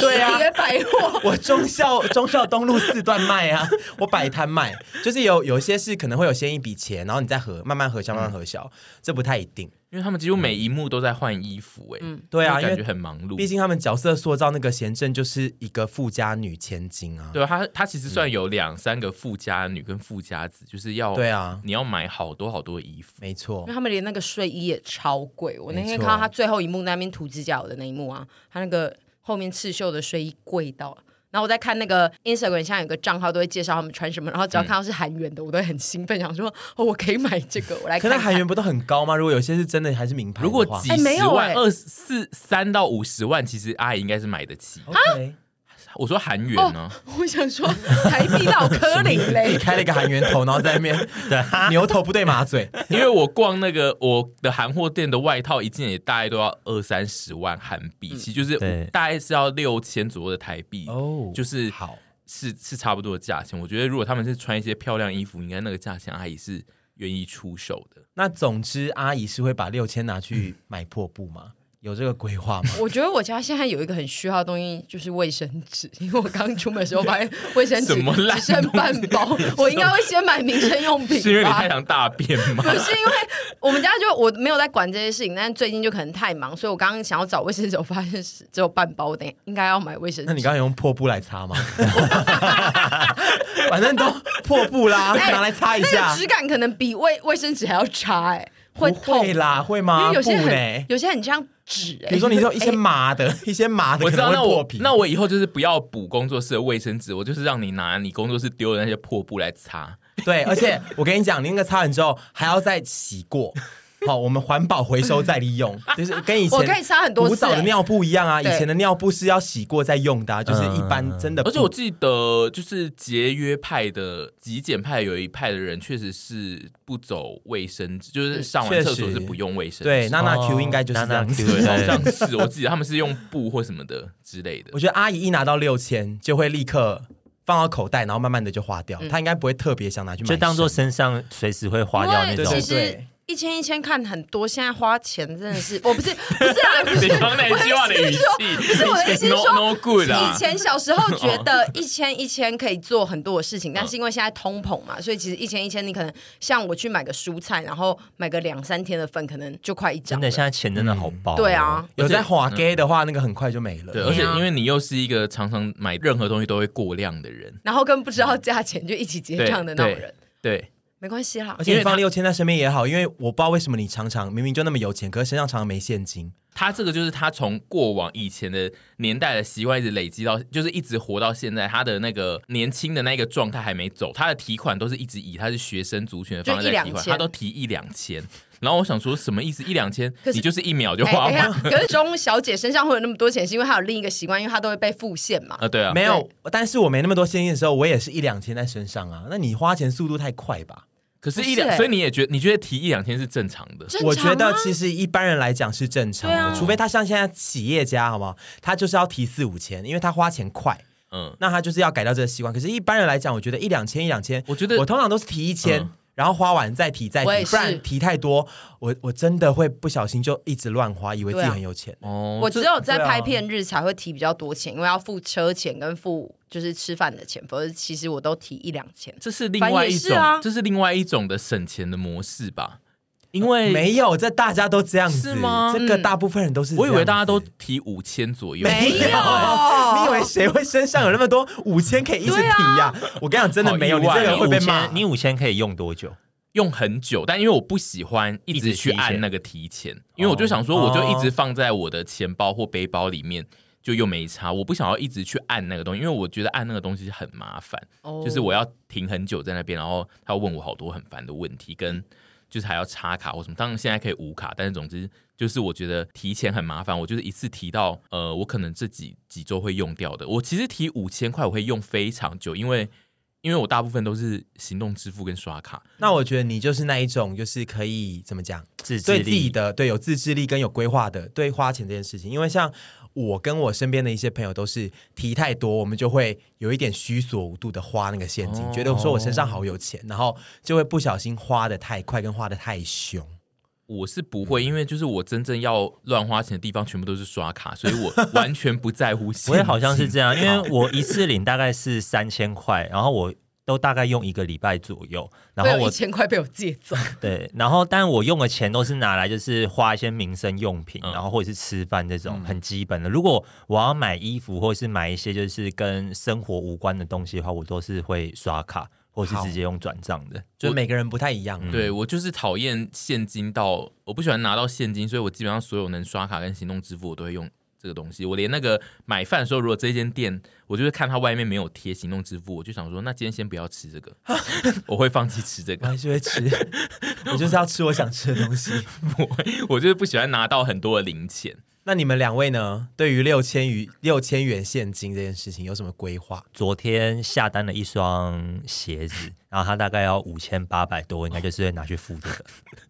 Speaker 4: 对 啊，百货。
Speaker 2: 我忠孝忠孝东路四段卖啊，我摆摊卖，就是有有些是可能会有先一笔钱，然后你再合慢慢核销，慢慢核销，
Speaker 1: 嗯
Speaker 2: 这不太一定。
Speaker 1: 因为他们几乎每一幕都在换衣服、哎、
Speaker 4: 嗯
Speaker 2: 对啊，
Speaker 1: 就
Speaker 2: 因
Speaker 1: 感觉
Speaker 2: 为
Speaker 1: 很忙碌
Speaker 2: 毕。竟他们角色塑造那个贤正就是一个富家女千金啊，
Speaker 1: 对啊，他他其实算有两三个富家女跟富家子，就是要
Speaker 2: 对啊
Speaker 1: 你要买好多好多衣服。
Speaker 2: 没错
Speaker 4: 因为。他们连那个睡衣也超贵，我那
Speaker 2: 没
Speaker 4: 天
Speaker 2: 错
Speaker 4: 看到他最后一幕那边涂指甲油的那一幕啊，他那个后面刺绣的睡衣贵到。然后我在看那个 Instagram 上有个账号，都会介绍他们穿什么，然后只要看到是韩元的，我都会很兴奋，想说哦，我可以买这个，我来
Speaker 2: 可那
Speaker 4: 看看。
Speaker 2: 韩元不都很高吗？如果有些是真的还是名牌的
Speaker 1: 如
Speaker 2: 话，
Speaker 1: 果几
Speaker 4: 哎没
Speaker 1: 十
Speaker 4: 有
Speaker 1: 万、
Speaker 4: 哎
Speaker 1: 二四三到五十万，其实阿姨应该是买得起。
Speaker 2: OK，
Speaker 1: 我说韩元呢、
Speaker 4: 我想说台币到科林嘞
Speaker 2: 你，开了一个韩元头，然后在那边对牛头不对马嘴，
Speaker 1: 因为我逛那个我的韩货店的外套一件也大概都要二三十万韩币，
Speaker 4: 嗯
Speaker 1: 其实就是
Speaker 3: 对
Speaker 1: 大概是要六千左右的台币
Speaker 2: 哦
Speaker 1: 就是
Speaker 2: 好
Speaker 1: 是是差不多的价钱。我觉得如果他们是穿一些漂亮衣服，应该那个价钱阿姨是愿意出手的。
Speaker 2: 那总之，阿姨是会把六千拿去买破布吗？ 有这个规划吗？
Speaker 4: 我觉得我家现在有一个很需要的东西，就是卫生纸，因为我刚出门的时候发现卫生纸
Speaker 1: 什么烂
Speaker 4: 只剩半包，我应该会先买民生用品吧。
Speaker 1: 是因为你太想大便吗
Speaker 4: 不？是因为我们家就我没有在管这些事情，但是最近就可能太忙，所以我刚刚想要找卫生纸，我发现是只有半包，我等一下应该要买卫生
Speaker 2: 那你
Speaker 4: 纸。
Speaker 2: 刚才用破布来擦吗？ 反正都破布啦，
Speaker 4: 哎
Speaker 2: 拿来擦一
Speaker 4: 那
Speaker 2: 下
Speaker 4: 个，质感可能比卫卫生纸还要差哎、会
Speaker 2: 不会
Speaker 4: 痛，
Speaker 2: 啦，会
Speaker 4: 因
Speaker 2: 吗？
Speaker 4: 为有些
Speaker 2: 布
Speaker 4: 很、
Speaker 2: 嘞，
Speaker 4: 有些很像纸哎、
Speaker 2: 比如说你说一些麻的，一些麻的
Speaker 1: 我
Speaker 2: 可
Speaker 1: 知道，
Speaker 2: 能会
Speaker 1: 那
Speaker 2: 破
Speaker 1: 我
Speaker 2: 皮，
Speaker 1: 那我以后就是不要补工作室的卫生纸，我就是让你拿你工作室丢的那些破布来擦。
Speaker 2: 对，而且我跟你讲，你那个擦完之后还要再洗过。好，我们环保回收再利用，就是跟以前
Speaker 4: 我可以擦很多次
Speaker 2: 古早的
Speaker 4: 欸
Speaker 2: 尿布一样啊。以
Speaker 4: 对
Speaker 2: 前的尿布是要洗过再用的、啊，就是一
Speaker 3: 嗯
Speaker 2: 般真的布。
Speaker 1: 而且我记得，就是节约派的极简派有一派的人，确实是不走卫生纸，就是上完
Speaker 2: 确
Speaker 1: 厕所
Speaker 2: 实
Speaker 1: 是不用卫生纸。
Speaker 2: 对娜娜
Speaker 3: 哦
Speaker 2: Q 应该就是这样子。
Speaker 3: 娜娜
Speaker 1: 对，
Speaker 3: Q，对
Speaker 1: 好像是我记得他们是用布或什么的之类的
Speaker 2: 我。觉得阿姨一拿到六千，就会立刻放到口袋，然后慢慢的就花掉。她应该不会特别想拿去买，
Speaker 3: 就当做身上随时会花掉那
Speaker 4: 因
Speaker 2: 对
Speaker 4: 为
Speaker 3: 种
Speaker 4: 其。
Speaker 2: 对
Speaker 4: 实
Speaker 2: 对
Speaker 4: 一千一千看很多，现在花钱真的是，我不是不是 啊，不是，
Speaker 1: 你刚才
Speaker 4: 我的
Speaker 1: 句话的
Speaker 4: 意思
Speaker 1: 语
Speaker 4: 是
Speaker 1: 气，
Speaker 4: 说是我的意思 是
Speaker 1: no,
Speaker 4: 说
Speaker 1: no good 啊
Speaker 4: 以。前小时候觉得一千一千可以做很多的事情，但是因为现在通膨嘛，所以其实一千一千你可能像我去买个蔬菜，然后买个两三天的份，可能就快一张
Speaker 3: 真
Speaker 4: 了
Speaker 3: 的，。现在钱真的
Speaker 2: 嗯
Speaker 3: 好哦薄、
Speaker 4: 对，啊，
Speaker 2: 有在
Speaker 3: 嗯
Speaker 2: 滑 gay 的话，那个很快就没了。
Speaker 1: 对，而且
Speaker 4: 对啊
Speaker 1: 因为你又是一个常常买任何东西都会过量的人，
Speaker 4: 然后跟不知道价钱就一起结账的那种人，
Speaker 1: 对，
Speaker 4: 没关系啦
Speaker 2: 而。且
Speaker 1: 因
Speaker 2: 你
Speaker 1: 为她
Speaker 2: 放六千在身边也好，因为我不知道为什么你常常明明就那么有钱，可是身上常常没现金。
Speaker 1: 他这个就是他从过往以前的年代的习惯一直累积到，就是一直活到现在，他的那个年轻的那个状态还没走，他的提款都是一直以他是学生族群的方式
Speaker 4: 就一
Speaker 1: 在
Speaker 4: 两
Speaker 1: 提款，
Speaker 4: 千
Speaker 1: 他都提一两千，然后我想说什么意思？一两千
Speaker 4: 可，是
Speaker 1: 你就是一秒就
Speaker 4: 哎
Speaker 1: 花
Speaker 4: 等一下
Speaker 1: 完。，
Speaker 4: 可是钟小姐身上会有那么多钱，是因为她有另一个习惯，因为她都会被付现嘛。
Speaker 1: 啊，对啊，
Speaker 2: 没有，但是我没那么多现金的时候，我也是一两千在身上啊。那你花钱速度太快吧？
Speaker 1: 可是，
Speaker 4: 不
Speaker 1: 一
Speaker 4: 是
Speaker 1: 两，
Speaker 4: 欸
Speaker 1: 所以你也觉得你觉得提一两天是正常的，
Speaker 4: 正常啊
Speaker 2: 我觉得其实一般人来讲是正常的，
Speaker 4: 对啊
Speaker 2: 除非他像现在企业家，好不好？他就是要提四五千，因为他花钱快，
Speaker 1: 嗯，
Speaker 2: 那他就是要改掉这个习惯。可是，一般人来讲，我觉得一两千一两千，
Speaker 1: 我觉得
Speaker 2: 我通常都是提一千、
Speaker 1: 嗯
Speaker 2: 然后花完再提再
Speaker 4: 我也
Speaker 2: 提，
Speaker 4: 是
Speaker 2: 不然提太多，我我真的会不小心就一直乱花，以为自己
Speaker 4: 对啊
Speaker 2: 很有钱。
Speaker 1: 哦，
Speaker 4: 我
Speaker 1: 这
Speaker 4: 只有在拍片日才会提比较多钱，因为要付车钱跟付就是吃饭的钱，否则其实我都提一两千。
Speaker 1: 这是另
Speaker 4: 反正
Speaker 1: 外
Speaker 4: 也
Speaker 1: 一
Speaker 4: 是
Speaker 1: 种，
Speaker 4: 啊
Speaker 1: 这是另外一种的省钱的模式吧？因为
Speaker 2: 没有，这大家都这样子
Speaker 1: 是吗
Speaker 2: 这个大部分人都是这
Speaker 1: 我
Speaker 2: 样
Speaker 1: 以
Speaker 2: 子。
Speaker 1: 为大家都提五千左右，
Speaker 4: 没有，
Speaker 2: 你以为谁会身上有那么多五千可以一直提呀、我跟你讲，真的没有，
Speaker 1: 好
Speaker 2: 你
Speaker 1: 意外
Speaker 2: 这个人
Speaker 1: 你
Speaker 2: 会被
Speaker 3: 五
Speaker 2: 骂
Speaker 3: 千，。你五千可以用多久？
Speaker 1: 用很久，但因为我不喜欢一直去按那个提前，哦因为我就想说，我就一直放在我的钱包或背包里面，就又没差。我不想要一直去按那个东西，因为我觉得按那个东西很麻烦，
Speaker 4: 哦
Speaker 1: 就是我要停很久在那边，然后他要问我好多很烦的问题，跟就是还要插卡或什么。当然现在可以无卡，但是总之就是我觉得提前很麻烦。我就是一次提到呃，我可能这几几周会用掉的。我其实提五千块，我会用非常久，因为因为我大部分都是行动支付跟刷卡。
Speaker 2: 那我觉得你就是那一种，就是可以怎么讲，
Speaker 3: 自制
Speaker 2: 对自己
Speaker 3: 力
Speaker 2: 的对有自制力跟有规划的对花钱这件事情。因为像我跟我身边的一些朋友都是提太多，我们就会有一点虚所无度的花那个现金，
Speaker 1: 哦
Speaker 2: 觉得说我身上好有钱，然后就会不小心花的太快跟花的太凶。
Speaker 1: 我是不
Speaker 3: 嗯
Speaker 1: 会，因为就是我真正要乱花钱的地方，全部都是刷卡，所以 我完全不在乎现金。
Speaker 3: 我也好像是这样，因为我一次领大概是三千块，然后我都大概用一个礼拜左右，然
Speaker 4: 会
Speaker 3: 后
Speaker 2: 啊
Speaker 4: 有一
Speaker 3: 我
Speaker 4: 千块被我借 走，
Speaker 3: 对，然后但我用的钱都是拿来就是花一些民生用品，
Speaker 1: 嗯
Speaker 3: 然后或者是吃饭这种很基本的。如果我要买衣服或是买一些就是跟生活无关的东西的话，我都是会刷卡或是
Speaker 2: 好
Speaker 3: 直接用转账的。
Speaker 2: 就是每个人不太一样，
Speaker 1: 对我就是讨厌现金到，我不喜欢拿到现金，所以我基本上所有能刷卡跟行动支付，我都会用这个东西。我连那个买饭的时候，如果这间店我就是看它外面没有贴行动支付，我就想说，那今天先不要吃 这个，我会放弃吃这
Speaker 2: 我
Speaker 1: 个。
Speaker 2: 还是会吃，我就是要吃我想吃的东西。
Speaker 1: 我就是不喜欢拿到很多的零钱。
Speaker 2: 那你们两位呢？对于六千余六千元现金这件事情有什么规划？
Speaker 3: 昨天下单了一双 鞋子，然后它大概要五千八百多，应该就是会拿去付这个。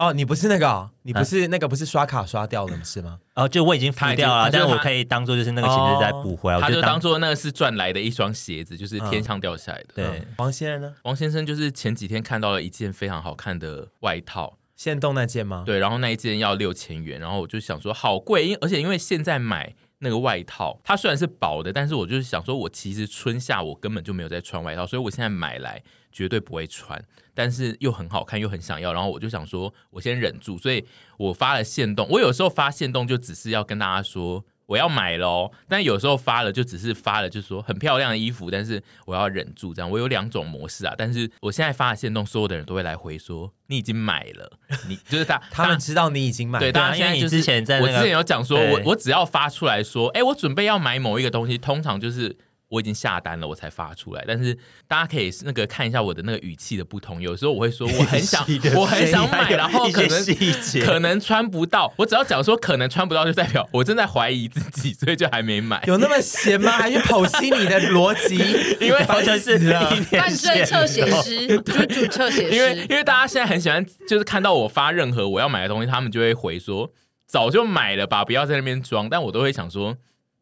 Speaker 2: 哦，你不是那个哦、你不是那个，不是刷卡刷掉了是吗？
Speaker 3: 哦，就我已经付
Speaker 1: 他已经
Speaker 3: 掉了，
Speaker 1: 他就
Speaker 3: 但
Speaker 1: 他
Speaker 3: 我可以当做就是那个钱是再补回来，
Speaker 1: 他
Speaker 3: 我
Speaker 1: 就
Speaker 3: 就当
Speaker 1: 当做那个是赚来的一双鞋子，就是天上掉下来的。
Speaker 3: 对
Speaker 2: 嗯王先生呢？
Speaker 1: 王先生就是前几天看到了一件非常好看的外套，
Speaker 2: 现动那件吗？
Speaker 1: 对，然后那一件要六千元，然后我就想说好贵，因而且因为现在买那个外套，它虽然是薄的，但是我就是想说，我其实春夏我根本就没有在穿外套，所以我现在买来绝对不会穿，但是又很好看，又很想要，然后我就想说，我先忍住，所以我发了现动，我有时候发现动就只是要跟大家说。我要买喽，但有时候发了就只是发了，就说很漂亮的衣服，但是我要忍住这样。我有两种模式啊，但是我现在发了现动，所有的人都会来回说你已经买了，你就是他
Speaker 2: 他们知道你已经买了，
Speaker 1: 对，
Speaker 3: 对啊
Speaker 1: 大家现在
Speaker 3: 因为你
Speaker 1: 就是
Speaker 3: 之前在
Speaker 1: 我
Speaker 3: 那个
Speaker 1: 之前有讲说，我
Speaker 3: 对
Speaker 1: 我只要发出来说，哎、我准备要买某一个东西，通常就是我已经下单了，我才发出来。但是大家可以那个看一下我的那个语气的不同，有时候我会说我很想
Speaker 2: 语气，的
Speaker 1: 我很想
Speaker 2: 声
Speaker 1: 买，
Speaker 2: 音
Speaker 1: 然后
Speaker 3: 一
Speaker 1: 可
Speaker 3: 些
Speaker 1: 能
Speaker 3: 细节。
Speaker 1: 可能穿不到，我只要讲说可能穿不到，就代表我正在怀疑自己，所以就还没买。
Speaker 2: 有那么闲吗？还去剖析你的逻辑？ 因为
Speaker 3: 完全 是一
Speaker 2: 了。
Speaker 4: 范
Speaker 3: 脸
Speaker 4: 正
Speaker 3: 线
Speaker 4: 侧写师，就是主侧写
Speaker 1: 因为
Speaker 4: 师，
Speaker 1: 因为大家现在很喜欢，就是看到我发任何我要买的东西，他们就会回说早就买了吧，不要在那边装。但我都会想说，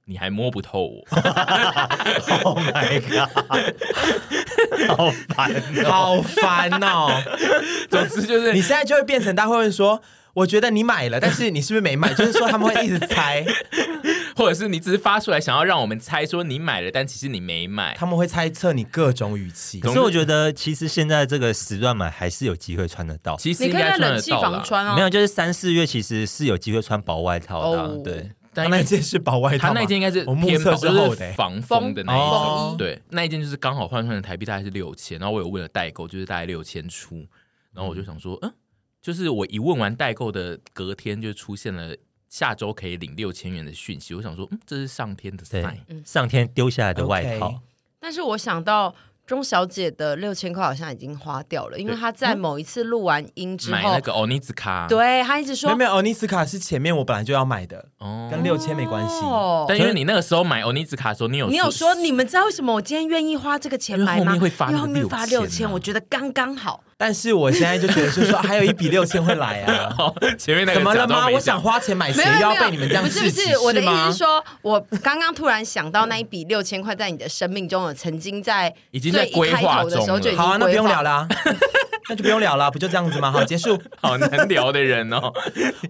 Speaker 1: 你还摸不透我。
Speaker 3: ，Oh my god，好 烦哦！
Speaker 2: 好烦哦！
Speaker 1: 总之就是
Speaker 2: 你现在就会变成大家会问说，我觉得你买了，但是你是不是没买？就是说他们会一直猜，
Speaker 1: 或者是你只是发出来想要让我们猜说你买了，但其实你没买。
Speaker 2: 他们会猜测你各种语气。
Speaker 3: 可是我觉得，其实现在这个时段买还是有机会穿得到。
Speaker 1: 其实
Speaker 4: 你
Speaker 1: 应
Speaker 4: 可以在
Speaker 1: 该穿
Speaker 4: 冷
Speaker 1: 得
Speaker 4: 气
Speaker 1: 到啦
Speaker 4: 房，穿
Speaker 3: 没
Speaker 4: 啊。
Speaker 3: 有，就是三四月其实是有机会穿薄外套的啊、
Speaker 4: 哦
Speaker 3: 对，
Speaker 1: 但
Speaker 2: 他
Speaker 1: 因
Speaker 2: 那
Speaker 1: 为
Speaker 2: 件是薄外
Speaker 1: 他
Speaker 2: 套吗，
Speaker 1: 那件应该是
Speaker 2: 我目
Speaker 1: 偏
Speaker 2: 测
Speaker 1: 薄
Speaker 2: 是厚
Speaker 1: 就
Speaker 2: 的
Speaker 1: 是
Speaker 2: 欸
Speaker 1: 防风的那一
Speaker 2: 哦
Speaker 1: 种，对，那一件就是刚好换算成台币大概是六千，然后我有问了代购，就是大概六千出，然后我就想说，嗯，就是我一问完代购的隔天就出现了下周可以领六千元的讯息，我想说，嗯，这是上天的
Speaker 3: 对
Speaker 1: sign，
Speaker 3: 上天丢下来的外套
Speaker 2: OK
Speaker 4: 但是我想到钟小姐的六千块好像已经花掉了，因为她在某一次录完音之
Speaker 1: 买
Speaker 4: 后
Speaker 1: 那，个欧尼兹卡，，
Speaker 4: 对她一直
Speaker 2: 没
Speaker 4: 说
Speaker 2: 有没有，欧尼斯卡是前面我本来就要买的，
Speaker 1: 哦，
Speaker 2: 跟六千没关系。
Speaker 4: 哦
Speaker 1: 但因为你那个时候买欧尼兹卡的时候，你有
Speaker 4: 你有说你们知道为什么我今天愿意花这个钱
Speaker 1: 因
Speaker 4: 买吗？
Speaker 1: 为后面会发那个
Speaker 4: 因为后面发
Speaker 1: 6000
Speaker 4: 六千、
Speaker 1: 啊
Speaker 4: 我觉得刚刚好。
Speaker 2: 但是我现在就觉得，就是 说还有一笔六千会来啊。
Speaker 1: 哦，前面那个
Speaker 2: 怎么了
Speaker 1: 假装
Speaker 2: 吗？
Speaker 1: 没
Speaker 2: 我
Speaker 1: 讲
Speaker 2: 想花钱 买鞋
Speaker 4: 没有，没，
Speaker 2: 又
Speaker 4: 有
Speaker 2: 要被你们这样
Speaker 4: 不是不
Speaker 2: 制止
Speaker 4: 是，我的意思
Speaker 2: 吗
Speaker 4: 是？说，我刚刚突然想到那一笔六千块，在你的生命中有曾经在
Speaker 1: 已经在
Speaker 4: 最一开头的时
Speaker 1: 规划中
Speaker 4: 候
Speaker 1: 了
Speaker 4: 就已经
Speaker 2: 好啊，那不用
Speaker 4: 规
Speaker 2: 聊
Speaker 4: 划
Speaker 2: 啦，那就不用聊啦，啊不就这样子吗？好，结束。
Speaker 1: 好难聊的人哦，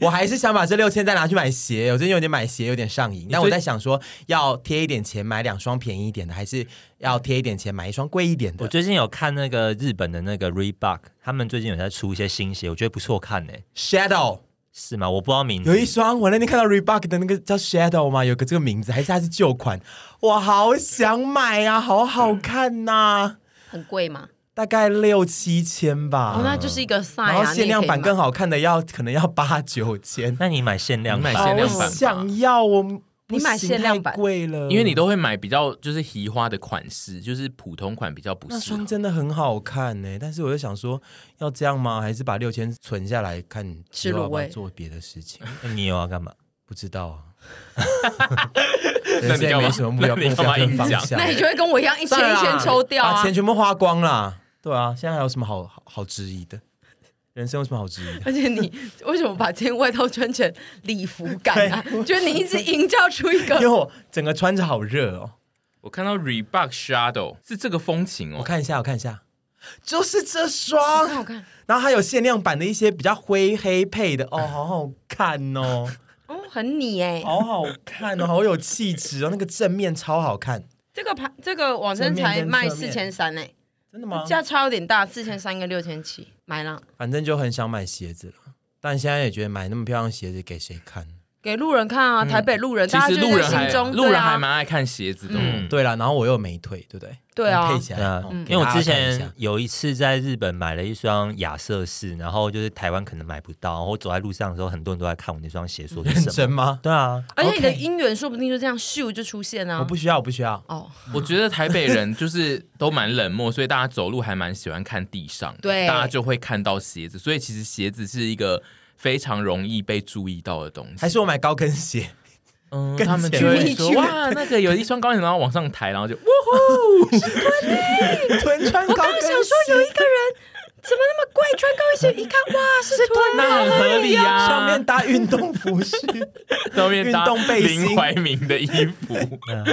Speaker 2: 我还是想把这六千再拿去买鞋，我最近有点买鞋有点上瘾，但我在想说，要贴一点钱买两双便宜一点的，还是要贴一点钱买一双贵一点
Speaker 3: 我
Speaker 2: 的？
Speaker 3: 最近有看那个日本的那个 Reebok，他们最近有在出一些新鞋，我觉得不错看呢、欸
Speaker 2: Shadow
Speaker 3: 是吗？我不知道名字。
Speaker 2: 有一双，我那天看到 Reebok 的那个叫 Shadow 吗？有个这个名字，还是它是旧款？我好想买啊，好好看呐、
Speaker 4: 很贵吗？
Speaker 2: 大概六七千吧。
Speaker 4: 哦，那就是一个 sign
Speaker 2: 然
Speaker 4: 啊，
Speaker 2: 后限量版更
Speaker 4: 好。
Speaker 2: 好看的要可能要八九千，
Speaker 3: 那你买限量版？
Speaker 1: 你买限量版吧
Speaker 2: 好想要我不
Speaker 4: 你买
Speaker 2: 行
Speaker 4: 限量
Speaker 2: 太
Speaker 4: 版
Speaker 2: 贵了，
Speaker 1: 因为你都会买比较就是提花的款式，就是普通款比较不
Speaker 2: 那
Speaker 1: 适合
Speaker 2: 双。真的很好看呢、但是我就想说，要这样吗？还是把六千存下来看
Speaker 4: 吃
Speaker 2: 之后要
Speaker 4: 卤
Speaker 2: 不要
Speaker 4: 味
Speaker 2: 做别的事 情？
Speaker 3: 那你有要干嘛？
Speaker 2: 不知道啊。
Speaker 1: 那
Speaker 2: 人
Speaker 1: 你
Speaker 2: 生
Speaker 1: 干
Speaker 2: 也
Speaker 1: 嘛
Speaker 2: 没什么目
Speaker 1: 那
Speaker 2: 标，
Speaker 1: 你
Speaker 2: 目
Speaker 1: 干
Speaker 2: 标
Speaker 1: 嘛
Speaker 2: 跟
Speaker 1: 硬
Speaker 2: 方
Speaker 1: 讲
Speaker 2: 向
Speaker 4: 那你就会跟我一样，一千
Speaker 2: 算了
Speaker 4: 一
Speaker 2: 啦
Speaker 4: 千抽掉
Speaker 2: 把
Speaker 4: 啊
Speaker 2: 钱。全部花光啦。对啊，现在还有什么好好好质疑的？人生有什么好质疑的？
Speaker 4: 而且你为什么把这件外套穿成礼服感啊？就是你一直营造出一
Speaker 2: 因为
Speaker 4: 个
Speaker 2: 我整个穿着好热哦。
Speaker 1: 我看到 Reebok Shadow 是这个风情
Speaker 2: 我
Speaker 1: 哦，
Speaker 2: 看一下，我看一下，就是这
Speaker 4: 好
Speaker 2: 双。
Speaker 4: 好看
Speaker 2: 然后还有限量版的一些比较灰黑配的哦，好好看 哦，
Speaker 4: 哦，很你哎。
Speaker 2: 好好看哦，好有气质哦，那个正面超好看，
Speaker 4: 这个牌这个网站才卖
Speaker 2: 正面嗯
Speaker 4: 四
Speaker 2: 跟侧
Speaker 4: 千三哎，
Speaker 2: 真的吗？
Speaker 4: 价差有点大，四千三跟六千七买了。
Speaker 2: 反正就很想买鞋子了，但现在也觉得买那么漂亮的鞋子给谁看？
Speaker 4: 给路人看啊，台北路人，
Speaker 1: 其
Speaker 4: 大家
Speaker 1: 实
Speaker 4: 就
Speaker 1: 路人
Speaker 4: 在
Speaker 1: 还
Speaker 4: 心中，
Speaker 1: 路
Speaker 4: 对
Speaker 1: 人
Speaker 4: 啊
Speaker 1: 还蛮爱看鞋子的哦。
Speaker 2: 嗯，对了，然后我又没退，对不对？
Speaker 4: 对啊
Speaker 2: 配起来
Speaker 3: 对啊，，
Speaker 2: 嗯
Speaker 3: 因为我之
Speaker 2: 给大家
Speaker 3: 前
Speaker 2: 看一下
Speaker 3: 有一次在日本买了一双亚瑟士，然后就是台湾可能买不到，然后我走在路上的时候，很多人都在看我那双鞋，说是
Speaker 2: 认
Speaker 3: 什么？
Speaker 2: 真吗？
Speaker 3: 对啊，
Speaker 4: 而且你的
Speaker 2: OK
Speaker 4: 姻缘说不定就这样咻就出现啊。
Speaker 2: 我不需要，我不需要。
Speaker 4: 哦，
Speaker 1: 我觉得台北人就是都蛮冷漠，所以大家走路还蛮喜欢看地上的，
Speaker 4: 对
Speaker 1: 大家就会看到鞋子，所以其实鞋子是一个非常容易被注意到的东西。
Speaker 2: 还是我买高跟鞋？
Speaker 1: 嗯，
Speaker 2: 更
Speaker 1: 他们就
Speaker 2: 前
Speaker 1: 会
Speaker 4: 面
Speaker 1: 说
Speaker 4: 去
Speaker 1: 哇，那个有一双高跟鞋，然后往上抬，然后就哇，
Speaker 2: 臀穿高跟鞋，
Speaker 4: 有一个人怎么那么怪，穿高跟鞋一看，哇，是臀
Speaker 1: 那很合理啊呀。
Speaker 2: 上面搭运动服 饰，
Speaker 1: 上面搭
Speaker 2: 运动背心
Speaker 1: 林怀民的衣服，
Speaker 4: 嗯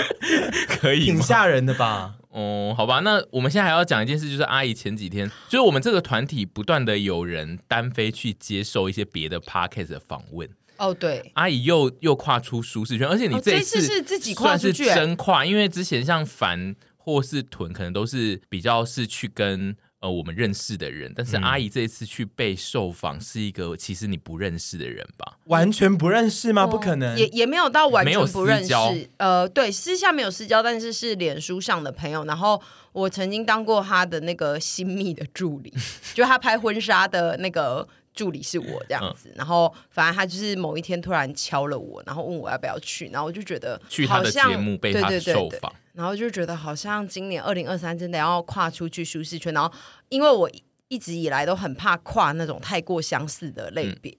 Speaker 1: 可以
Speaker 2: 挺
Speaker 1: 吗？
Speaker 2: 吓人的吧？
Speaker 1: 哦，好吧，那我们现在还要讲一件事，就是阿姨前几天，就是我们这个团体不断的有人单飞去接受一些别的 podcast 的访问，
Speaker 4: 哦，对，
Speaker 1: 阿姨又又跨出舒适圈，而且你
Speaker 4: 哦
Speaker 1: 一
Speaker 4: 这次是自己跨出去欸
Speaker 1: 算是真跨，因为之前像凡或是屯可能都是比较是去跟呃我们认识的人，但是
Speaker 4: 嗯
Speaker 1: 阿姨这一次去被受访是一个其实你不认识的人吧？
Speaker 2: 完全不认识吗？不可能，
Speaker 4: 哦也也没有到完
Speaker 1: 没有
Speaker 4: 全
Speaker 1: 私
Speaker 4: 不认识
Speaker 1: 交。
Speaker 4: 呃，对，私下没有私交，但是是脸书上的朋友。然后我曾经当过他的那个新密的助理，就他拍婚纱的那个。助理是我这
Speaker 1: 嗯
Speaker 4: 样子，然后反正他就是某一天突然敲了我，然后问我要不要去，然后我就觉得
Speaker 1: 去他
Speaker 4: 好
Speaker 1: 的
Speaker 4: 像
Speaker 1: 节目被
Speaker 4: 对
Speaker 1: 他
Speaker 4: 对对
Speaker 1: 受
Speaker 4: 对
Speaker 1: 访，
Speaker 4: 然后就觉得好像今年二零二三真的要跨出去舒适圈，然后因为我一直以来都很怕跨那种太过相似的类
Speaker 2: 嗯
Speaker 4: 别，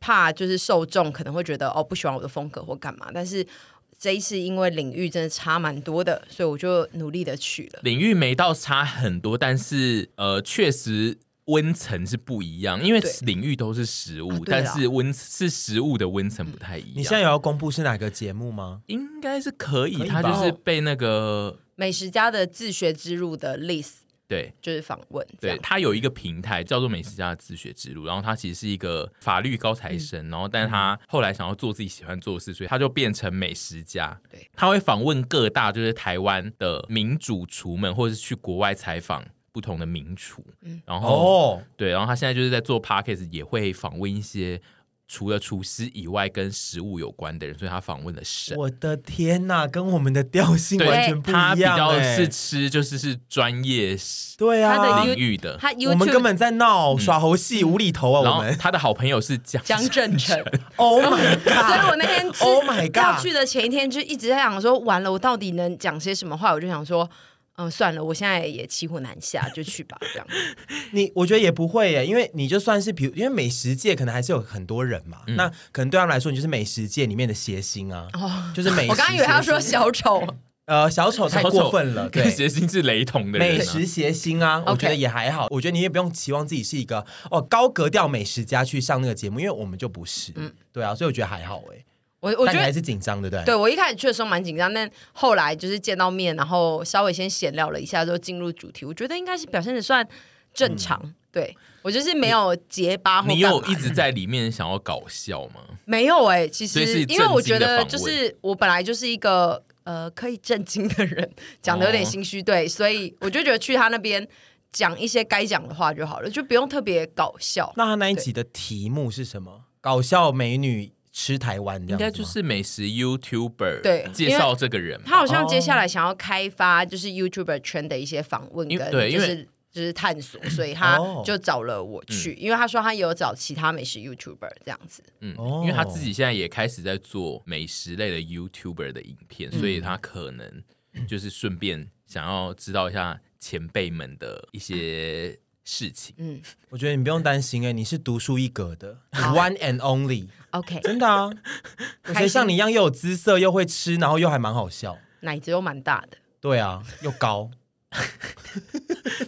Speaker 4: 怕就是受众可能会觉得哦不喜欢我的风格或干嘛，但是这一次因为领域真的差蛮多的，所以我就努力的去了。
Speaker 1: 领域没到差很多，但是呃，确实温层是不一样，因为
Speaker 4: 对
Speaker 1: 领域都是食物，
Speaker 4: 啊对
Speaker 1: 但
Speaker 4: 啦
Speaker 1: 是温是食物的温层不太一样。
Speaker 2: 你现在有要公布是哪个节目吗？
Speaker 1: 应该是可以，
Speaker 2: 可以
Speaker 1: 他
Speaker 2: 吧
Speaker 1: 就是被那个
Speaker 4: 美食家的自学之路的 list
Speaker 1: 对。
Speaker 4: 就是访问这
Speaker 1: 对
Speaker 4: 样，
Speaker 1: 他有一个平台叫做美食家的自学之路，然后他其实是一个法律高材
Speaker 4: 嗯
Speaker 1: 生，然后但是他后来想要做自己喜欢做的事，所以他就变成美食家。
Speaker 4: 对，
Speaker 1: 他会访问各大就是台湾的名主厨们，或者是去国外采访不同的名厨，
Speaker 4: 嗯
Speaker 1: 然后、
Speaker 2: 哦，
Speaker 1: 对，然后他现在就是在做 podcast，也会访问一些除了厨师以外跟食物有关的人，所以他访问了神。
Speaker 2: 我的天呐，跟我们的调性
Speaker 1: 对
Speaker 2: 完全不一
Speaker 1: 他
Speaker 2: 样、
Speaker 1: 比较
Speaker 2: 哎
Speaker 1: 是吃，就是是专业
Speaker 2: 对啊，嗯
Speaker 4: 他的
Speaker 1: 领域的。
Speaker 4: 他
Speaker 2: 我们根
Speaker 4: YouTube
Speaker 2: 本在闹耍猴戏、无厘头啊！
Speaker 1: 然
Speaker 2: 我
Speaker 1: 后
Speaker 2: 们
Speaker 1: 他的好朋友是江
Speaker 4: 江正 成，
Speaker 2: ，Oh my
Speaker 4: 所以
Speaker 2: god！
Speaker 4: 我那天吃
Speaker 2: Oh my
Speaker 4: 要
Speaker 2: god！
Speaker 4: 去的前一天就一直在想说，完了，我到底能讲些什么话？我就想说，嗯，算了，我现在也骑虎难下，就去吧，这样。
Speaker 2: 你我觉得也不会耶，因为你就算是比如，因为美食界可能还是有很多人嘛，那可能对他们来说，你就是美食界里面的谐星啊，
Speaker 4: 哦，
Speaker 2: 就是美食。
Speaker 4: 我刚刚以为他说小丑，
Speaker 2: 呃小丑太
Speaker 1: 小丑
Speaker 2: 过分了，
Speaker 1: 跟
Speaker 2: 对。
Speaker 1: 谐星是雷同的人、
Speaker 2: 美
Speaker 1: 啊，
Speaker 2: 食谐星啊，我觉得也还好。我觉得你也不用期望自己是一个哦高格调美食家去上那个节目，因为我们就不是。
Speaker 4: 嗯
Speaker 2: 对啊，所以我觉得还好哎。
Speaker 4: 我我
Speaker 2: 但
Speaker 4: 觉
Speaker 2: 你还
Speaker 4: 得。
Speaker 2: 是紧张，对不对？
Speaker 4: 对，我一开始去的时候蛮紧张，但后来就是见到面，然后稍微先闲聊了一下，之后进入主题，我觉得应该是表现的算正常。
Speaker 2: 嗯
Speaker 4: 对我就是没有结巴或
Speaker 1: 你
Speaker 4: 干
Speaker 1: 有
Speaker 4: 嘛
Speaker 1: 一直在里面想要搞笑吗？
Speaker 4: 没有哎、其
Speaker 1: 所以是
Speaker 4: 实
Speaker 1: 正经的
Speaker 4: 因为我觉得
Speaker 1: 访问
Speaker 4: 就是我本来就是一个呃可以正经的人，讲的有点心
Speaker 1: 哦
Speaker 4: 虚，对，所以我就觉得去他那边讲一些该讲的话就好了，就不用特别搞笑。
Speaker 2: 那他那一集的题目是什么？搞笑美女吃台湾，这
Speaker 1: 应
Speaker 2: 样子吗
Speaker 1: 该就是美食 YouTuber
Speaker 4: 对
Speaker 1: 介绍这个人吧，
Speaker 4: 他好像接下来想要开发就是 YouTuber 圈的一些访问
Speaker 1: 因为
Speaker 4: 跟
Speaker 1: 对因
Speaker 4: 就
Speaker 1: 为
Speaker 4: 是就是探索，所以他
Speaker 2: 哦
Speaker 4: 就找了我去，因为他说他有找其他美食 YouTuber 这样子。
Speaker 1: 嗯，
Speaker 2: 哦
Speaker 1: 因为他自己现在也开始在做美食类的 YouTuber 的影片，所
Speaker 2: 嗯
Speaker 1: 以他可能就是顺便想要知道一下前辈们的一些事情。
Speaker 4: 嗯
Speaker 2: 我觉得你不用担心哎、你是独树一格的你
Speaker 4: 好欸
Speaker 2: ，one and only，
Speaker 4: ，OK，
Speaker 2: 真的啊。我觉得像你一样又有姿色，又会吃，然后又还蛮好笑。
Speaker 4: 奶子又蛮大的，
Speaker 2: 对啊，又 高，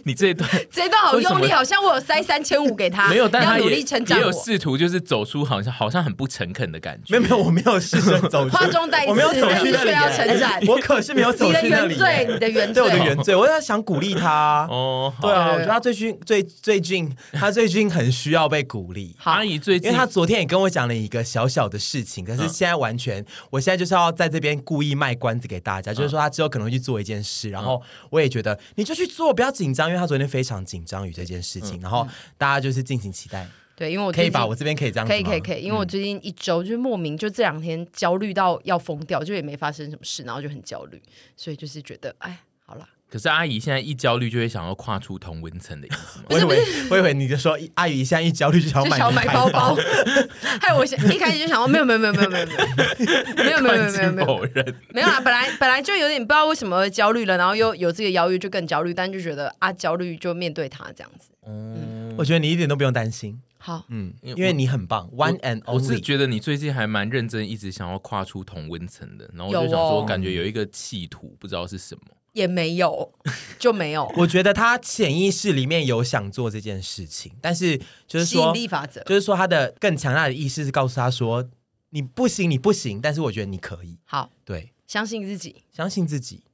Speaker 1: 你这一段
Speaker 4: 这一段好用
Speaker 1: 为
Speaker 4: 力，
Speaker 1: 什么
Speaker 4: 好像我有塞三千五给他，
Speaker 1: 没有，但
Speaker 4: 啊要
Speaker 1: 他
Speaker 4: 努
Speaker 1: 也
Speaker 4: 力成长
Speaker 1: 也有
Speaker 4: 我。
Speaker 1: 试图就是走出好像好像很不诚恳的感觉。
Speaker 2: 没有没有，我没有试着 走去，
Speaker 4: 花中带刺
Speaker 2: 我没有走去那
Speaker 4: 人必须
Speaker 2: 里、
Speaker 4: 要成
Speaker 2: 欸
Speaker 4: 长，
Speaker 2: 我可是没有走
Speaker 4: 你的
Speaker 2: 去那
Speaker 4: 原
Speaker 2: 里、
Speaker 4: 罪，你
Speaker 2: 欸。
Speaker 4: 的 原
Speaker 2: 对我的
Speaker 4: 罪，
Speaker 2: 原罪，我在想鼓励他。
Speaker 1: 哦，好
Speaker 2: 对啊，
Speaker 4: 好
Speaker 2: 我觉得他最近最最近他最近很需要被鼓励。
Speaker 1: 阿姨最嗯
Speaker 2: 因
Speaker 1: 近
Speaker 2: 为他昨天也跟我讲了一个小小的事情，可是现在完全，我现在就是要在这边故意卖关子给大家，就
Speaker 1: 嗯
Speaker 2: 是说他之后可能会去做一件事，然后我也觉得你就去做，不要紧张，因为他昨天非常紧张于这件事
Speaker 1: 嗯
Speaker 2: 情，然后大家就是敬请期待，
Speaker 4: 对，因嗯为我
Speaker 2: 可
Speaker 4: 最
Speaker 2: 以
Speaker 4: 近
Speaker 2: 吧？我这边可以这样子
Speaker 4: 可
Speaker 2: 吗
Speaker 4: 以可以可以，因为我最近一周就是莫名就这两天焦虑到要疯掉，就也没发生什么事，然后就很焦虑，所以就是觉得哎，好啦，
Speaker 1: 可是阿姨现在一焦虑就会想要跨出同温层的意思吗？
Speaker 2: 我以为我以为你就说阿姨现在一焦虑就想
Speaker 4: 就
Speaker 2: 要买
Speaker 4: 想要买
Speaker 2: 名牌
Speaker 4: 包包，害我想一开始就想，哦，没有没有没有没有没有没有 没有没有没有没有没有没
Speaker 1: 不
Speaker 4: 有
Speaker 1: 否认，
Speaker 4: 没有啦，本来本来就有点不知道为什么焦虑了，然后又有这个邀约就更焦虑，但就觉得啊焦虑就面对它这样子，
Speaker 2: 嗯我觉得你一点都不用担心，
Speaker 4: 好，
Speaker 2: 嗯，
Speaker 1: 哦因为
Speaker 2: 因为你很棒，one and
Speaker 1: 我哦是
Speaker 2: only。
Speaker 1: 觉得你最近还蛮认真，一直想要跨出同温层的，然后我就
Speaker 4: 有
Speaker 1: 想说，
Speaker 4: 哦
Speaker 1: 感觉有一个企图，不知道是什么。
Speaker 4: 也没有就没 有
Speaker 2: 我觉得他潜意识里面有想做这件事情，但是就是
Speaker 4: 吸
Speaker 2: 说
Speaker 4: 引，力法则，
Speaker 2: 就是说他的更强大的意识是告诉他说，你不行，你不行，但是我觉得你可以，
Speaker 4: 好，
Speaker 2: 对，
Speaker 4: 相信自己。
Speaker 2: 相信自己。